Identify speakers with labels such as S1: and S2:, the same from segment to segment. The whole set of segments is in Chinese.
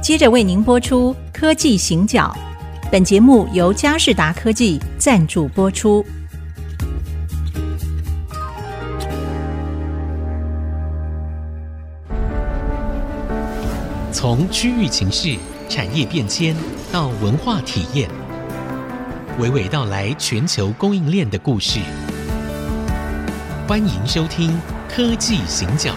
S1: 接着为您播出《科技行脚》，本节目由佳士达科技赞助播出。
S2: 从区域情势、产业变迁到文化体验，娓娓道来全球供应链的故事。欢迎收听《科技行脚》。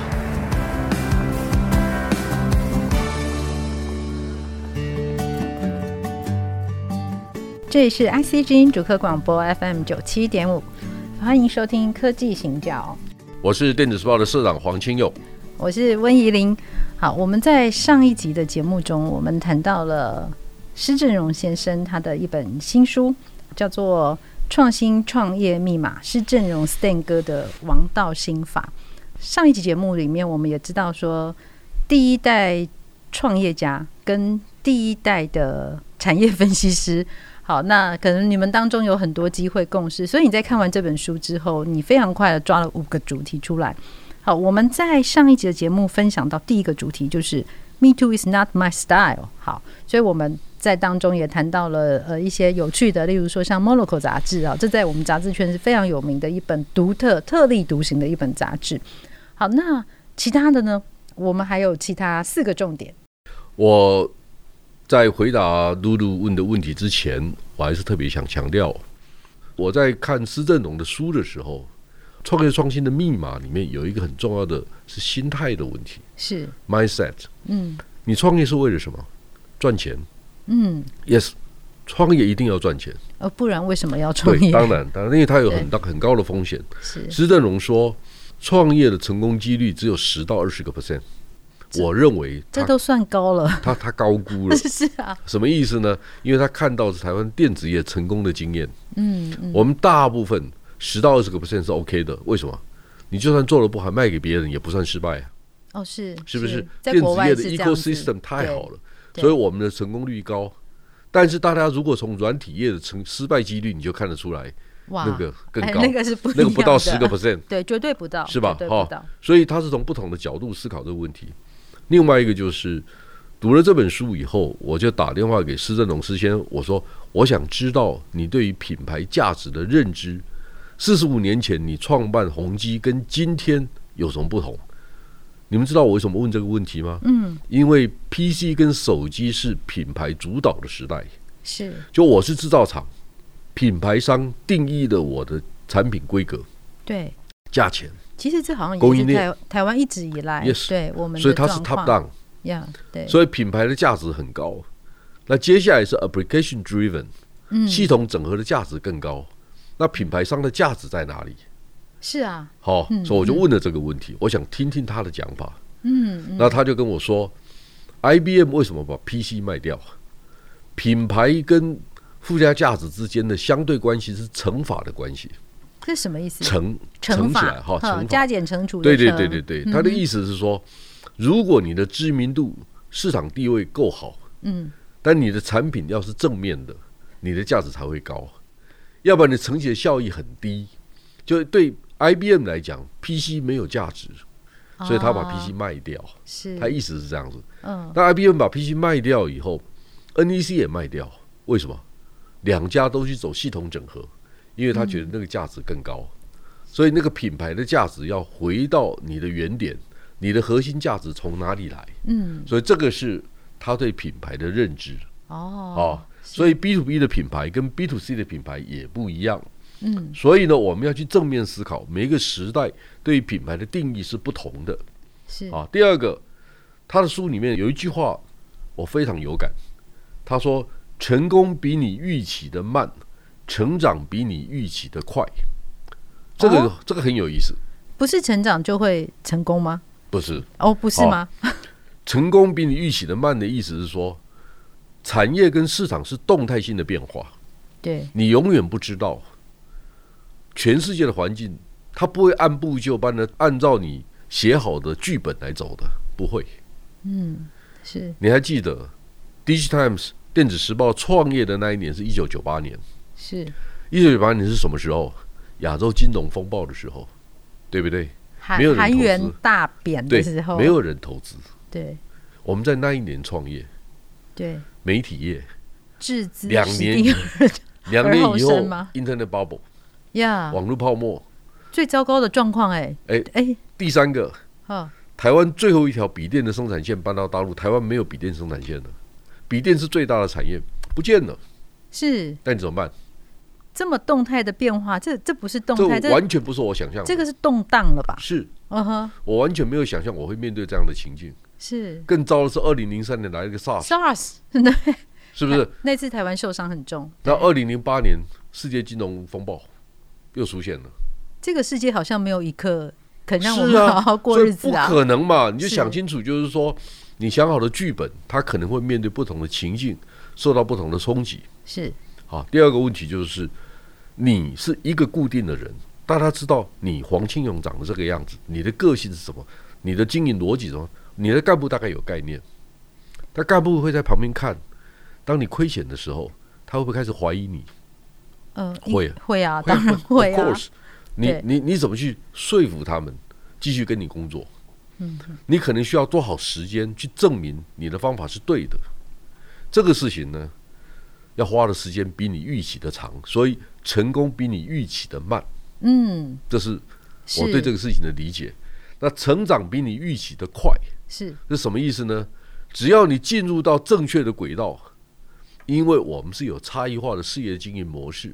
S3: 这里是 IC 之音主客广播 FM 九七点五，欢迎收听《科技行脚》，
S4: 我是电子时报的社长黄清佑。
S3: 我是温怡玲。好，我们在上一集的节目中，我们谈到了施正荣先生他的一本新书，叫做《创新创业密码》，施正荣 Stan 哥的王道心法。上一集节目里面，我们也知道说，第一代创业家跟第一代的产业分析师。 好，那可能你们当中有很多机会共识，所以你在看完这本书之后，你非常快的抓了五个主题出来。好，我们在上一集的节目分享到第一个主题就是 “Me too is not my style”。好，所以我们在当中也谈到了呃一些有趣的，例如说像《Monaco》杂志啊，这在我们杂志圈是非常有名的一本独特、特立独行的一本杂志。好，那其他的呢？我们还有其他四个重点。
S4: 我在回答露露问的问题之前，我还是特别想强调，我在看施正荣的书的时候，《创业创新的密码》里面有一个很重要的是心态的问题
S3: 是，
S4: （mindset）。
S3: 嗯
S4: 你创业是为了什么？赚钱
S3: 嗯，
S4: ？Yes，创业一定要赚钱。
S3: 呃，不然为什么要创
S4: 对，
S3: 业？
S4: 当然，当然，因为它有很大很高的风险。
S3: 是
S4: 施正荣说，创业的成功几率只有十到二十个 percent。我认为
S3: 这
S4: 他
S3: 都算高了，，
S4: 他他高估 了
S3: 是啊，
S4: 什么意思呢？因为他看到是台湾电子业成功的经验，
S3: 嗯嗯，
S4: 我们大部分十到二十个 percent 是 OK 的。为什么？你就算做的不好，卖给别人也不算失败啊，
S3: 哦是，
S4: 是不是？
S3: 在
S4: 电
S3: 国
S4: 子
S3: 外
S4: 业的
S3: 是这样子
S4: ecosystem 太好了，
S3: 对
S4: 所以我们的成功率高。但是大家如果从软体业的成失败几率，你就看得出来
S3: 哇，
S4: 那个更
S3: 哎
S4: 高，
S3: 那个是不一
S4: 那个不到十
S3: 样
S4: 个
S3: 的
S4: percent，
S3: 对，绝对不到，
S4: 是吧哦
S3: 绝对？
S4: 哈
S3: 不到，
S4: 所以他是从不同的角度思考这个问题。另外一个就是读了这本书以后，我就打电话给施正荣师先，我说我想知道你对于品牌价值的认知。四十五年前你创办宏基跟今天有什么不同？你们知道我为什么问这个问题吗？
S3: 嗯，
S4: 因为 PC 跟手机是品牌主导的时代，
S3: 是
S4: 就我是制造厂，品牌商定义了我的产品规格、
S3: 对。
S4: 价钱，
S3: 其实这好像
S4: 供
S3: 也
S4: 应
S3: 是
S4: 链
S3: 台台湾一直以来
S4: Yes，
S3: 对我们的
S4: 所以它是
S3: 状
S4: top
S3: 况
S4: down。
S3: 呀对，
S4: 所以品牌的价值很高。那接下来是 application driven，、
S3: 嗯
S4: 系统整合的价值更高。那品牌商的价值在哪里？
S3: 是啊，
S4: 好、
S3: 嗯
S4: 所以我就问了这个问题，我想听听他的讲法。
S3: 嗯
S4: 那他就跟我说，IBM 为什么把 PC 卖掉？品牌跟附加价值之间的相对关系是乘法的关系，
S3: 这什么意思？
S4: 乘
S3: 乘
S4: 乘起
S3: 法
S4: 来哈，
S3: 哼
S4: 乘法
S3: 加减乘除的嗯
S4: 对对
S3: 乘
S4: 对对，对，他的意思是说，如果你的知名度、市场地位够好，
S3: 嗯，
S4: 但你的产品要是正面的，你的价值才会高，要不然你承起的效益很低。就对 IBM 来讲，PC 没有价值，所以他把
S3: 哦
S4: PC 卖掉，
S3: 是
S4: 他意思是这样子。
S3: 嗯
S4: 那 IBM 把 PC 卖掉以后，NEC 也卖掉，为什么？两家都去走系统整合，因为他觉得那个价值更高，
S3: 嗯
S4: 所以那个品牌的价值要回到你的原点，你的核心价值从哪里来？
S3: 嗯
S4: 所以这个是他对品牌的认知
S3: 哦
S4: 啊。所以 B to B 的品牌跟 B to C 的品牌也不一样，
S3: 嗯
S4: 所以呢，我们要去正面思考，每一个时代对于品牌的定义是不同的。
S3: 是
S4: 啊。第二个，他的书里面有一句话我非常有感，他说：“成功比你预期的慢，成长比你预期的快。”这个、
S3: 哦
S4: 这个很有意思，
S3: 不是成长就会成功吗？
S4: 不是
S3: 哦，不是
S4: 好
S3: 吗？
S4: 成功比你预期的慢的意思是说，产业跟市场是动态性的变化，
S3: 对，
S4: 你永远不知道全世界的环境，它不会按部就班的按照你写好的剧本来走的，不会。
S3: 嗯是
S4: 你还记得《Digitimes》电子时报创业的那一年是一九九八年，
S3: 是
S4: 一九九八年是什么时候？亚洲金融风暴的时候，对不对？
S3: 韩
S4: 没有人
S3: 韩
S4: 投
S3: 元
S4: 资
S3: 大贬
S4: 对
S3: 的时，候，
S4: 没有人投资。
S3: 对
S4: 我们在那一年创业，
S3: 对，
S4: 媒体业
S3: 置资
S4: 两
S3: 史
S4: 年
S3: 蒂 尔
S4: 两年以
S3: 而后
S4: 后
S3: 生吗
S4: ，Internet bubble
S3: 呀，
S4: 网络泡沫，
S3: 最糟糕的状况哎
S4: 哎
S3: 哎
S4: 第三个
S3: 哦，
S4: 台湾最后一条笔电的生产线搬到大陆，台湾没有笔电生产线了，笔电是最大的产业，不见了，
S3: 是
S4: 那你怎么办？
S3: 这么动态的变化，这这不是动态，
S4: 这
S3: 这
S4: 完全不是我想象的，
S3: 这个是动荡了吧？
S4: 是
S3: 嗯哼，
S4: 我完全没有想象我会面对这样的情境。
S3: 是
S4: 更糟的是，二零零三年来了一个 SARS，
S3: SARS 那
S4: 是不是？
S3: 那次台湾受伤很重，
S4: 然后二零零八年世界金融风暴又出现了，
S3: 这个世界好像没有一刻肯让我
S4: 是
S3: 们
S4: 啊，
S3: 好好过日
S4: 所以
S3: 子啊
S4: 不。可能嘛！你就是想清楚，就是说你想好的剧本，它可能会面对不同的情境，受到不同的冲击。
S3: 是
S4: 好，第二个问题就是，你是一个固定的人，大家知道你黄庆勇长得这个样子，你的个性是什么，你的经营逻辑是什么，你的干部大概有概念，但干部会在旁边看，当你亏钱的时候，他会不会开始怀疑你？
S3: 嗯，
S4: 会
S3: 一会啊，当然会
S4: Of
S3: 啊，
S4: course，你
S3: 对
S4: 你你怎么去说服他们继续跟你工作？
S3: 嗯
S4: 你可能需要做好时间去证明你的方法是对的。这个事情呢，要花的时间比你预期的长，所以成功比你预期的慢。
S3: 嗯，
S4: 这是
S3: 是
S4: 我对这个事情的理解。那成长比你预期的快，
S3: 是
S4: 这什么意思呢？只要你进入到正确的轨道，因为我们是有差异化的事业经营模式。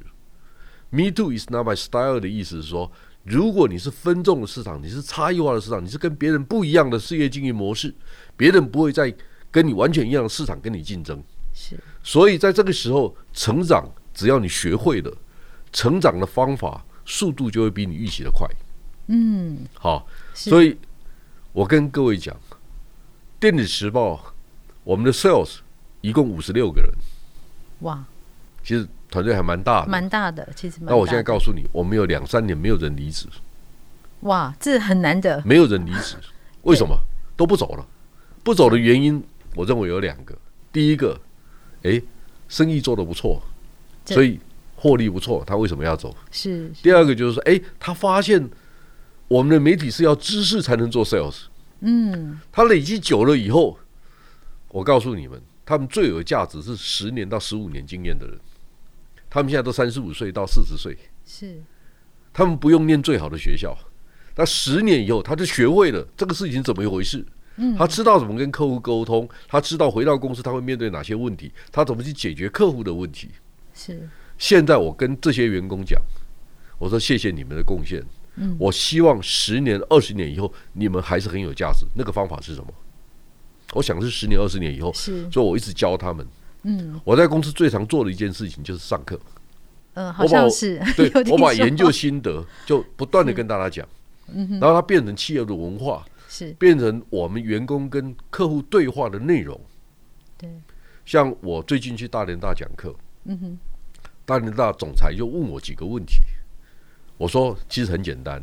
S4: Me too is not my style 的意思是说，如果你是分众的市场，你是差异化的市场，你是跟别人不一样的事业经营模式，别人不会在跟你完全一样的市场跟你竞争。
S3: 是
S4: 所以在这个时候，成长只要你学会了，成长的方法速度就会比你预期的快。
S3: 嗯，
S4: 好，
S3: 是
S4: 所以我跟各位讲，《电子时报》我们的 sales 一共五十六个人，
S3: 哇，
S4: 其实团队还蛮大的。
S3: 蛮大的，其实蛮大的。
S4: 那我现在告诉你，我们有两三年没有人离职，
S3: 哇，这很难得，
S4: 没有人离职，为什么都不走了？不走的原因，我认为有两个。第一个，诶，生意做得不错，
S3: 对
S4: 所以获利不错，他为什么要走？
S3: 是
S4: 第二个就是说，诶，他发现我们的媒体是要知识才能做 sales，
S3: 嗯，
S4: 它累积久了以后，我告诉你们，他们最有价值是十年到十五年经验的人，他们现在都三十五岁到四十岁，
S3: 是
S4: 他们不用念最好的学校，那十年以后他就学会了这个事情怎么一回事。
S3: 嗯
S4: 他知道怎么跟客户沟通，他知道回到公司他会面对哪些问题，他怎么去解决客户的问题。
S3: 是
S4: 现在我跟这些员工讲，我说谢谢你们的贡献，
S3: 嗯
S4: 我希望十年、二十年以后你们还是很有价值。那个方法是什么？我想是十年、二十年以后，
S3: 是，
S4: 所以我一直教他们。
S3: 嗯
S4: 我在公司最常做的一件事情就是上课，
S3: 嗯，好
S4: 我把
S3: 像
S4: 我
S3: 是
S4: 对
S3: 有听
S4: 我把
S3: 说
S4: 研究心 得就不断的跟大家讲，
S3: 嗯
S4: 然后它变成企业的文化，
S3: 是
S4: 变成我们员工跟客户对话的内容。
S3: 对，
S4: 像我最近去大连大讲课，
S3: 嗯哼，
S4: 大连大总裁就问我几个问题，我说其实很简单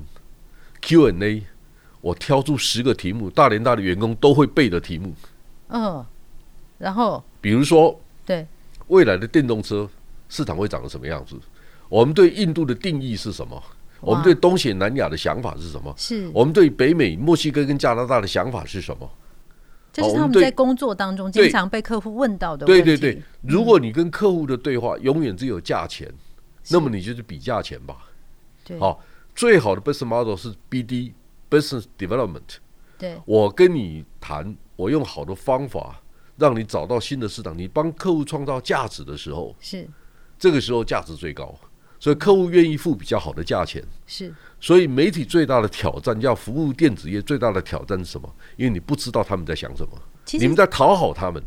S4: ，Q&A，我挑出十个题目，大连大的员工都会背的题目，
S3: 嗯，然后
S4: 比如说
S3: 对
S4: 未来的电动车市场会长得什么样子，我们对印度的定义是什么，我们对东协南亚的想法是什么，
S3: 是，
S4: 我们对北美、墨西哥跟加拿大的想法是什么？
S3: 这
S4: 好
S3: 是
S4: 我
S3: 他
S4: 们
S3: 们
S4: 对
S3: 在工作当中
S4: 对
S3: 经常被客户问到的问
S4: 对
S3: 题，嗯
S4: 对对，如果你跟客户的对话永远只有价钱，那么你就是比价钱吧。
S3: 对
S4: 好，最好的 business model 是 BD business development。
S3: 对
S4: 我跟你谈，我用好的方法让你找到新的市场，你帮客户创造价值的时候，
S3: 是
S4: 这个时候价值最高，所以客户愿意付比较好的价钱。
S3: 是
S4: 所以媒体最大的挑战，要服务电子业最大的挑战是什么？因为你不知道他们在想什么，
S3: 其
S4: 你
S3: 实
S4: 们在讨好他们。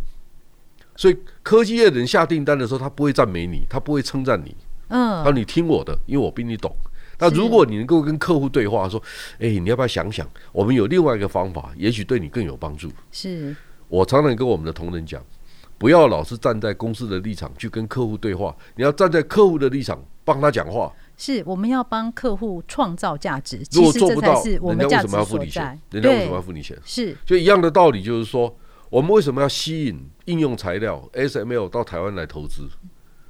S4: 所以科技业的人下订单的时候，他不会赞美你，他不会称赞你，
S3: 嗯
S4: 那你听我的，因为我比你懂。那如果你能够跟客户对话，说，哎、你要不要想想，我们有另外一个方法，也许对你更有帮助。
S3: 是
S4: 我常常跟我们的同仁讲，不要老是站在公司的立场去跟客户对话，你要站在客户的立场帮他讲话。
S3: 是，我们要帮客户创造价值，
S4: 如
S3: 其
S4: 果
S3: 实
S4: 做
S3: 这
S4: 不
S3: 才
S4: 到，
S3: 是我们
S4: 人家为
S3: 价
S4: 什
S3: 值
S4: 么要付
S3: 所
S4: 你
S3: 在
S4: 钱？。人家为什么要
S3: 对，
S4: 付你钱？
S3: 是
S4: 就一样的道理，就是说，我们为什么要吸引应用材料 SML 到台湾来投资？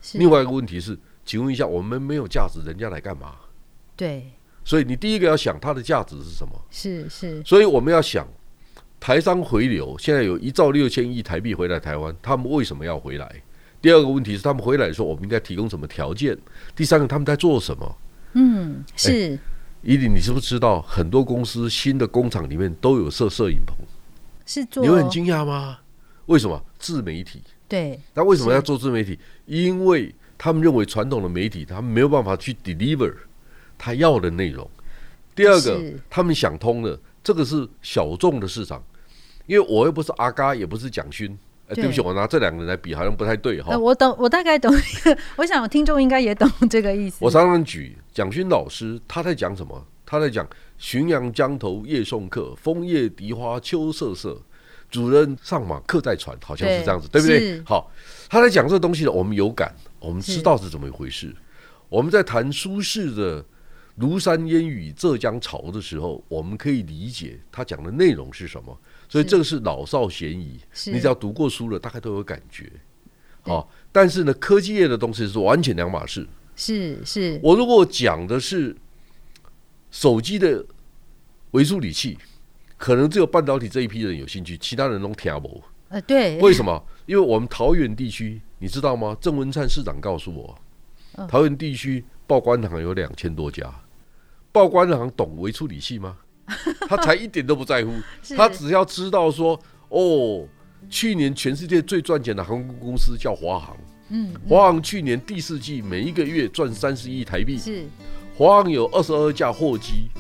S3: 是，
S4: 另外一个问题是，请问一下，我们没有价值，人家来干嘛？
S3: 对
S4: 所以你第一个要想它的价值是什么。
S3: 是是
S4: 所以我们要想，台商回流，现在有一兆六千亿台币回来台湾，他们为什么要回来？第二个问题是，他们回来的时候，我们应该提供什么条件？第三个，他们在做什么？
S3: 嗯，是
S4: 伊林，你知不知道很多公司新的工厂里面都有设摄影棚？
S3: 是做
S4: 你会很惊讶吗？为什么自媒体？
S3: 对
S4: 那为什么要做自媒体？因为他们认为传统的媒体他们没有办法去 deliver 他要的内容。第二个
S3: 是，
S4: 他们想通了，这个是小众的市场，因为我又不是阿嘎，也不是蒋勋。呃，
S3: 对
S4: 对不起，我拿这两个人来比好像不太对哈
S3: 呃，。我懂，我大概懂， 我想听众应该也懂这个意思。
S4: 我常常举蒋勋老师他在讲什么？他在讲“浔阳江头夜送客，枫叶荻花秋瑟瑟”。主人上马，客在船，好像是
S3: 对
S4: 这样子，对不对
S3: 是？
S4: 好，他在讲这东西呢，我们有感，我们
S3: 是
S4: 知道是怎么一回事。我们在谈苏轼的“庐山烟雨浙江潮”的时候，我们可以理解他讲的内容是什么。所以
S3: 是
S4: 这个是老少咸宜，
S3: 是
S4: 你只要读过书了，大概都有感觉。好，但是呢，科技业的东西是完全两码事。
S3: 是是，
S4: 我如果讲的是手机的维处理器，可能只有半导体这一批人有兴趣，其他人都听不。
S3: 呃，对，
S4: 为什么？因为我们桃园地区，你知道吗？郑文灿市长告诉我
S3: 嗯，
S4: 桃园地区报关行有两千多家，报关行懂微处理器 吗？他才一点都不在乎，
S3: 是
S4: 他只要知道说，哦，去年全世界最赚钱的航空公司叫华航，
S3: 嗯
S4: 华航去年第四季每一个月赚三十亿台币，
S3: 是
S4: 华航有二十二架货机，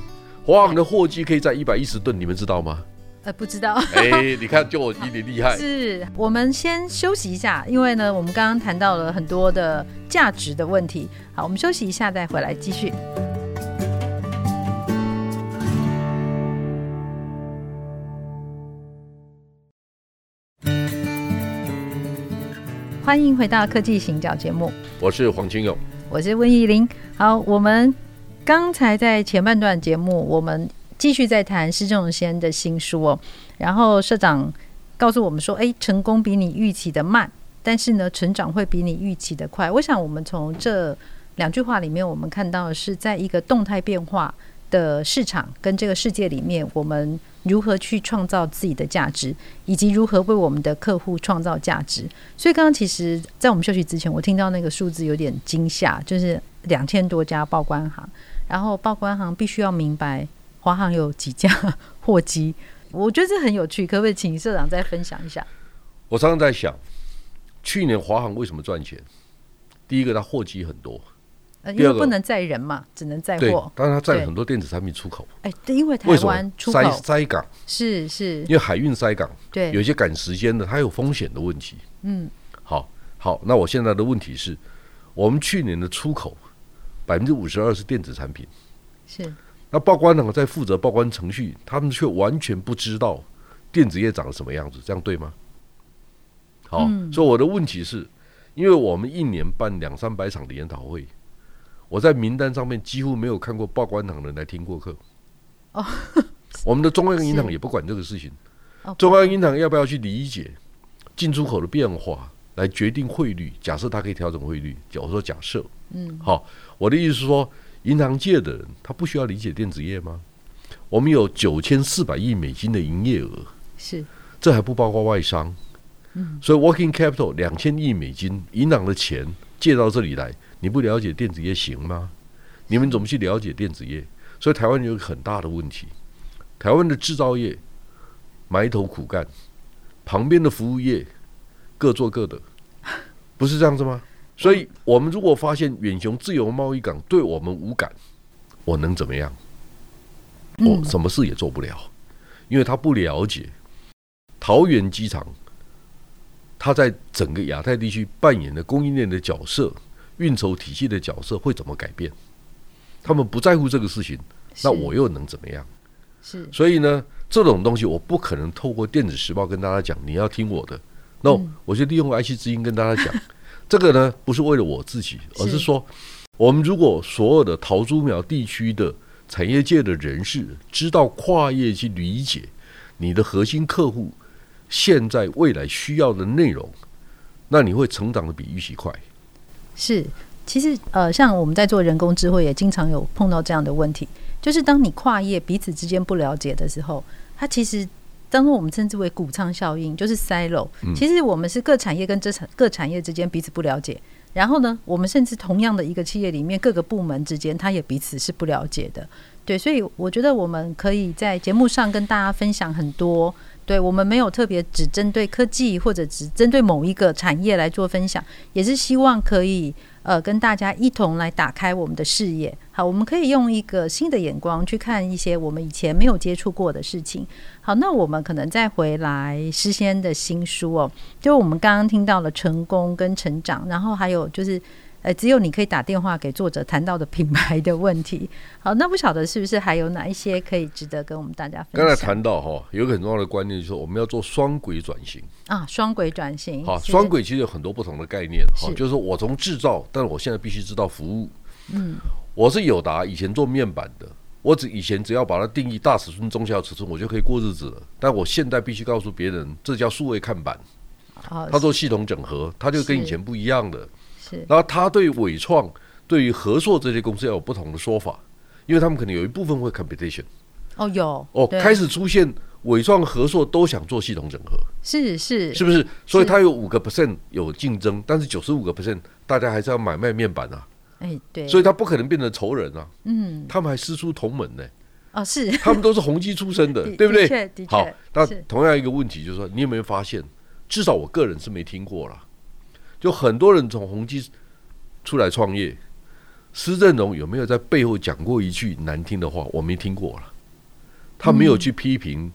S4: 华航的货机可以在一百一十吨，你们知道吗？
S3: 呃不知道。
S4: 哎、你看，就我比你厉害。
S3: 是我们先休息一下，因为呢，我们刚刚谈到了很多的价值的问题。好，我们休息一下再回来继续。欢迎回到科技行脚节目，
S4: 我是黄清勇，
S3: 我是温怡玲。好，我们刚才在前半段节目，我们继续在谈施正荣先生的新书哦。然后社长告诉我们说，诶，成功比你预期的慢，但是呢，成长会比你预期的快。我想我们从这两句话里面，我们看到的是在一个动态变化。的市场跟这个世界里面，我们如何去创造自己的价值，以及如何为我们的客户创造价值。所以刚刚其实，在我们休息之前，我听到那个数字有点惊吓，就是两千多家报关行，然后报关行必须要明白华航有几家 货机，我觉得这很有趣，可不可以请社长再分享一下？
S4: 我常常在想，去年华航为什么赚钱？第一个，它货机很多，
S3: 呃，因
S4: 第二
S3: 为
S4: 个
S3: 不能载人嘛，只能载
S4: 对
S3: 货，。
S4: 但是它占
S3: 对
S4: 了很多电子产品出口。
S3: 哎，对，因为台
S4: 为什
S3: 湾
S4: 么
S3: 出
S4: 塞
S3: 口
S4: 塞港？
S3: 是是
S4: 因，为海运塞港，有
S3: 对，
S4: 一些赶时间的，它有风险的问题。
S3: 嗯，
S4: 好，好，那我现在的问题是，我们去年的出口百分之五十二是电子产品。
S3: 是
S4: 那报关呢，在负责报关程序，他们却完全不知道电子业长什么样子，这样对吗？好，
S3: 嗯
S4: 所以我的问题是，因为我们一年办两三百场的研讨会，我在名单上面几乎没有看过报关行的人来听过课。
S3: 哦，
S4: 我们的中央银 行
S3: 是
S4: 也不管这个事情
S3: 哦。
S4: 中央银行要不要去理解进出口的变化，来决定汇率？假设它可以调整汇率，假我说假设，
S3: 嗯，
S4: 好，我的意思是说，银行界的人他不需要理解电子业吗？我们有九千四百亿美金的营业额，
S3: 是
S4: 这还不包括外商。所以 working capital 两千亿美金，银行的钱借到这里来，你不了解电子业行吗？你们怎么去了解电子业？所以台湾有一个很大的问题，台湾的制造业埋头苦干，旁边的服务业各做各的，不是这样子吗？所以我们如果发现远雄自由贸易港对我们无感，我能怎么样？我什么事也做不了，因为他不了解桃园机场，它在整个亚太地区扮演的供应链的角色、运筹体系的角色会怎么改变？他们不在乎这个事情，那
S3: 是
S4: 我又能怎么样？
S3: 是
S4: 所以呢，这种东西我不可能透过电子时报跟大家讲，你要听我的。no，、我
S3: 嗯
S4: 就利用 IC 之音跟大家讲， 这个呢不是为了我自己，而
S3: 是
S4: 是说，我们如果所有的桃竹苗地区的产业界的人士知道跨业去理解你的核心客户现在未来需要的内容，那你会成长的比预期快。
S3: 是，其实呃，像我们在做人工智慧，也经常有碰到这样的问题，就是当你跨业彼此之间不了解的时候，它其实当中我们称之为谷仓效应，就是 silo。其实我们是各产业跟这产各产业之间彼此不了解，然后呢，我们甚至同样的一个企业里面各个部门之间，它也彼此是不了解的。对，所以我觉得我们可以在节目上跟大家分享很多。对我们没有特别只针对科技或者只针对某一个产业来做分享，也是希望可以呃跟大家一同来打开我们的视野。好，我们可以用一个新的眼光去看一些我们以前没有接触过的事情。好，那我们可能再回来诗仙的新书哦，就我们刚刚听到了成功跟成长，然后还有就是。呃，只有你可以打电话给作者谈到的品牌的问题。好，那不晓得是不是还有哪一些可以值得跟我们大家分
S4: 刚
S3: 享？
S4: 才谈到哈，有一个很重要的观念，就是我们要做双轨转型。
S3: 啊，双轨转型。
S4: 好，
S3: 是
S4: 双轨其实有很多不同的概念哈，
S3: 是
S4: 就是说我从制造，但我现在必须知道服务。嗯，我是友达以前做面板的，我只以前只要把它定义大尺寸、中小尺寸，我就可以过日子了。但我现在必须告诉别人，这叫数位看板，
S3: 哦，
S4: 它做系统整合，它就跟
S3: 是
S4: 以前不一样的。
S3: 是
S4: 然后他对伟创、对于和硕这些公司要有不同的说法，因为他们可能有一部分会 competition
S3: 哦，有
S4: 哦，
S3: 对
S4: 开始出现伟创、和硕都想做系统整合，
S3: 是是
S4: 是不是？所以它有五个 percent 有竞争，但是九十五个 percent 大家还是要买卖面板啊，
S3: 哎对，
S4: 所以
S3: 以
S4: 它不可能变成仇人啊，
S3: 嗯
S4: 他们还师出同门呢、
S3: 哦是
S4: 他们都是宏基出身的
S3: 的，
S4: 对不对？
S3: 的确的确
S4: 好，那
S3: 是
S4: 同样一个问题就是说，你有没有发现，至少我个人是没听过啦，就很多人从宏基出来创业，施正荣有没有在背后讲过一句难听的话？我没听过了。他没有去批评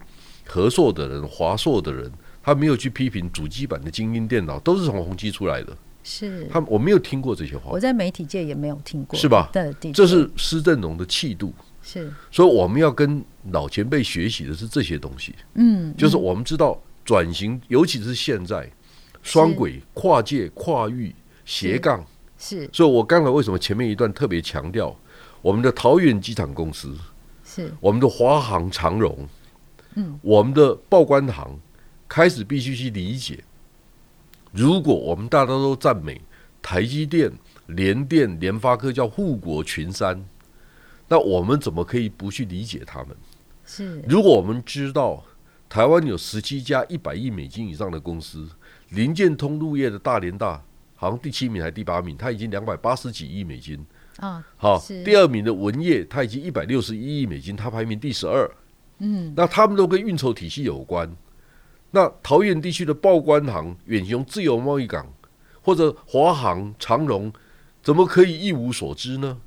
S4: 和硕的人、华硕的人，他没有去批评主机板的精英电脑，都是从宏基出来的。
S3: 是，
S4: 他我没有听过这些话
S3: 我，在媒体界也没有听过，
S4: 是吧
S3: 对，的确
S4: 这是施正荣的气度。
S3: 是
S4: 所以我们要跟老前辈学习的是这些东西。
S3: 嗯
S4: 就是我们知道转型，尤其是现在双轨、跨界、跨域、斜杠，
S3: 是
S4: 所以我刚才为什么前面一段特别强调我们的桃园机场公司、
S3: 是
S4: 我们的华航长荣，
S3: 嗯，
S4: 我们的报关行开始必须去理解，如果我们大家都赞美台积电、联电、联发科叫护国群山，那我们怎么可以不去理解他们？
S3: 是
S4: 如果我们知道台湾有十七家一百亿美金以上的公司，零件通路业的大连大好像第七名还是第八名，它已经两百八十几亿美金。
S3: 啊
S4: 好
S3: 是，
S4: 第二名的文业，它已经一百六十一亿美金，它排名第十二。
S3: 嗯，
S4: 那他们都跟运筹体系有关。那桃园地区的报关行、远雄自由贸易港或者华航、长荣，怎么可以一无所知呢？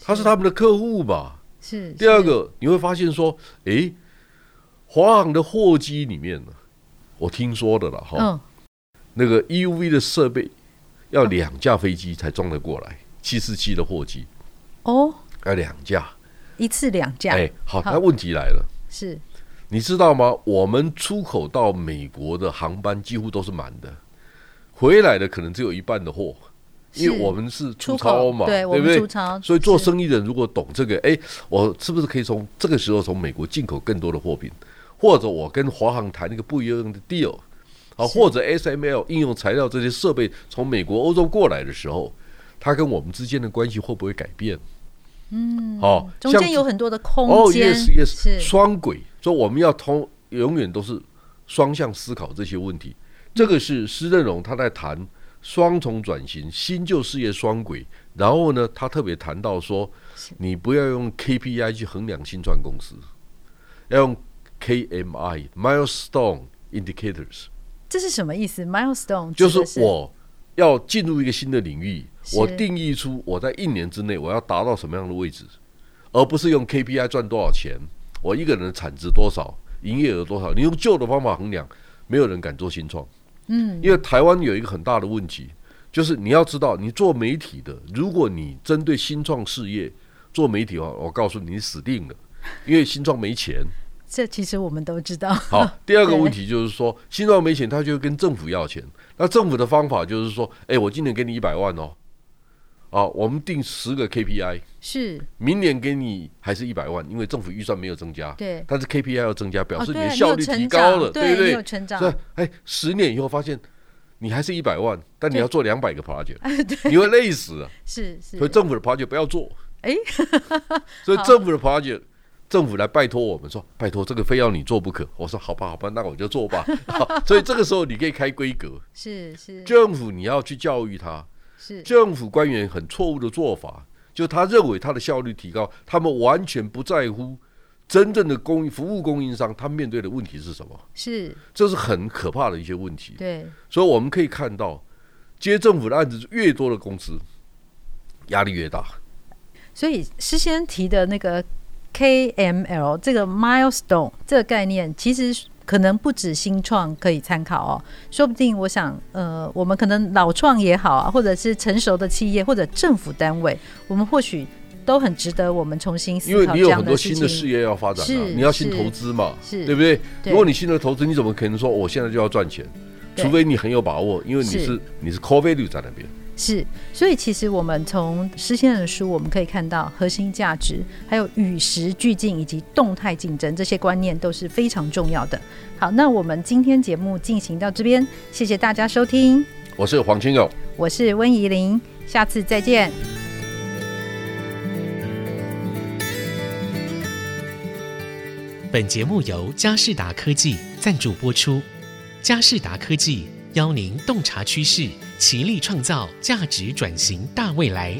S4: 他是他们的客户吧？
S3: 是
S4: 第二个，你会发现说，诶，华航的货机里面呢，我听说的了
S3: 是
S4: 哈，
S3: 嗯
S4: 那个 EUV 的设备要两架飞机才装得过来，七四七的货机
S3: 哦
S4: 要两架。
S3: 一次两架
S4: 哎，好，
S3: 好
S4: 那问题来了，
S3: 是
S4: 你知道吗？我们出口到美国的航班几乎都是满的，回来的可能只有一半的货。因为
S3: 是
S4: 我们是
S3: 出
S4: 出
S3: 口
S4: 超嘛，
S3: 对我
S4: 不
S3: 们
S4: 对
S3: 出？超，
S4: 所以做
S3: 是
S4: 生意的人如果懂这个，哎，我是不是可以从这个时候从美国进口更多的货品，或者我跟华航谈一个不一样的 deal 啊，
S3: 是
S4: 或者 SML 应用材料这些设备从美国、欧洲过来的时候，它跟我们之间的关系会不会改变？嗯，好、
S3: 中
S4: 像
S3: 间有很多的空
S4: 哦
S3: 间
S4: ，yes yes，
S3: 是
S4: 双轨，所以我们要通，永远都是双向思考这些问题。这个是施正荣他在谈双重转型、新旧事业双轨，然后呢，他特别谈到说，你不要用 KPI 去衡量新创公司，要用 KMI milestone indicators，
S3: 这是什么意思？milestone
S4: 就
S3: 指的
S4: 是我要进入一个新的领域，
S3: 是
S4: 我定义出我在一年之内我要达到什么样的位置，而不是用 KPI 赚多少钱，我一个人的产值多少，营业额多少。你用旧的方法衡量，没有人敢做新创。
S3: 嗯
S4: 因为台湾有一个很大的问题，就是你要知道，你做媒体的，如果你针对新创事业做媒体的话，我告诉你，你死定了，因为新创没钱。
S3: 这其实我们都知道，
S4: 好，第二个
S3: 啊对
S4: 问题就是说，新创没钱，他就跟政府要钱。那政府的方法就是说，哎、我今年给你一百万哦，啊，我们定十个 KPI，
S3: 是
S4: 明年给你还是一百万，因为政府预算没有增加，
S3: 对
S4: 但是 KPI 要增加，表
S3: 哦
S4: 示你
S3: 对
S4: 的
S3: 你
S4: 效
S3: 有
S4: 率
S3: 成
S4: 提高
S3: 长
S4: 了，
S3: 对
S4: 不
S3: 你
S4: 对？
S3: 有成长
S4: 是吧哎，十年以后发现你还是一百万，但你
S3: 对
S4: 要做两百个 project，你会累死啊。
S3: 是是
S4: 所以，政府的 project 不要做，
S3: 哎，
S4: 所以政府的 project 政府来拜托我们说，拜托这个非要你做不可。我说好吧，好吧，那我就 做吧。好所以这个时候你可以开规格，
S3: 是是
S4: 政府你要去教育他，
S3: 是
S4: 政府官员很错误的做法，就他认为他的效率提高，他们完全不在乎真正的供应服务供应商他面对的问题是什么，
S3: 是，
S4: 这是很可怕的一些问题。
S3: 对，
S4: 所以我们可以看到，接政府的案子越多的公司，压力越大。
S3: 所以诗先提的那个 KML 这个 milestone 这个概念，其实可能不止新创可以参考哦，说不定我想，呃，我们可能老创也好啊，或者是成熟的企业或者政府单位，我们或许都很值得我们重新思
S4: 因为
S3: 考
S4: 你
S3: 这
S4: 有
S3: 样
S4: 很多
S3: 事
S4: 新的事
S3: 情。
S4: 业要发展啊
S3: 是，
S4: 你要新
S3: 是
S4: 投资嘛，
S3: 是
S4: 对不对？
S3: 对
S4: 如果你新的投资，你怎么可能说我现在就要赚钱？
S3: 对
S4: 除非你很有把握，因为你
S3: 是
S4: 是你是 core value 在那边。
S3: 是，所以其实我们从诗先生的书，我们可以看到核心价值，还有与时俱进以及动态竞争这些观念都是非常重要的。好，那我们今天节目进行到这边，谢谢大家收听。
S4: 我是黄清勇。
S3: 我是温怡玲，下次再见。
S2: 本节目由佳士达科技赞助播出。佳士达科技邀您洞察趋势，齐力创造价值转型大未来。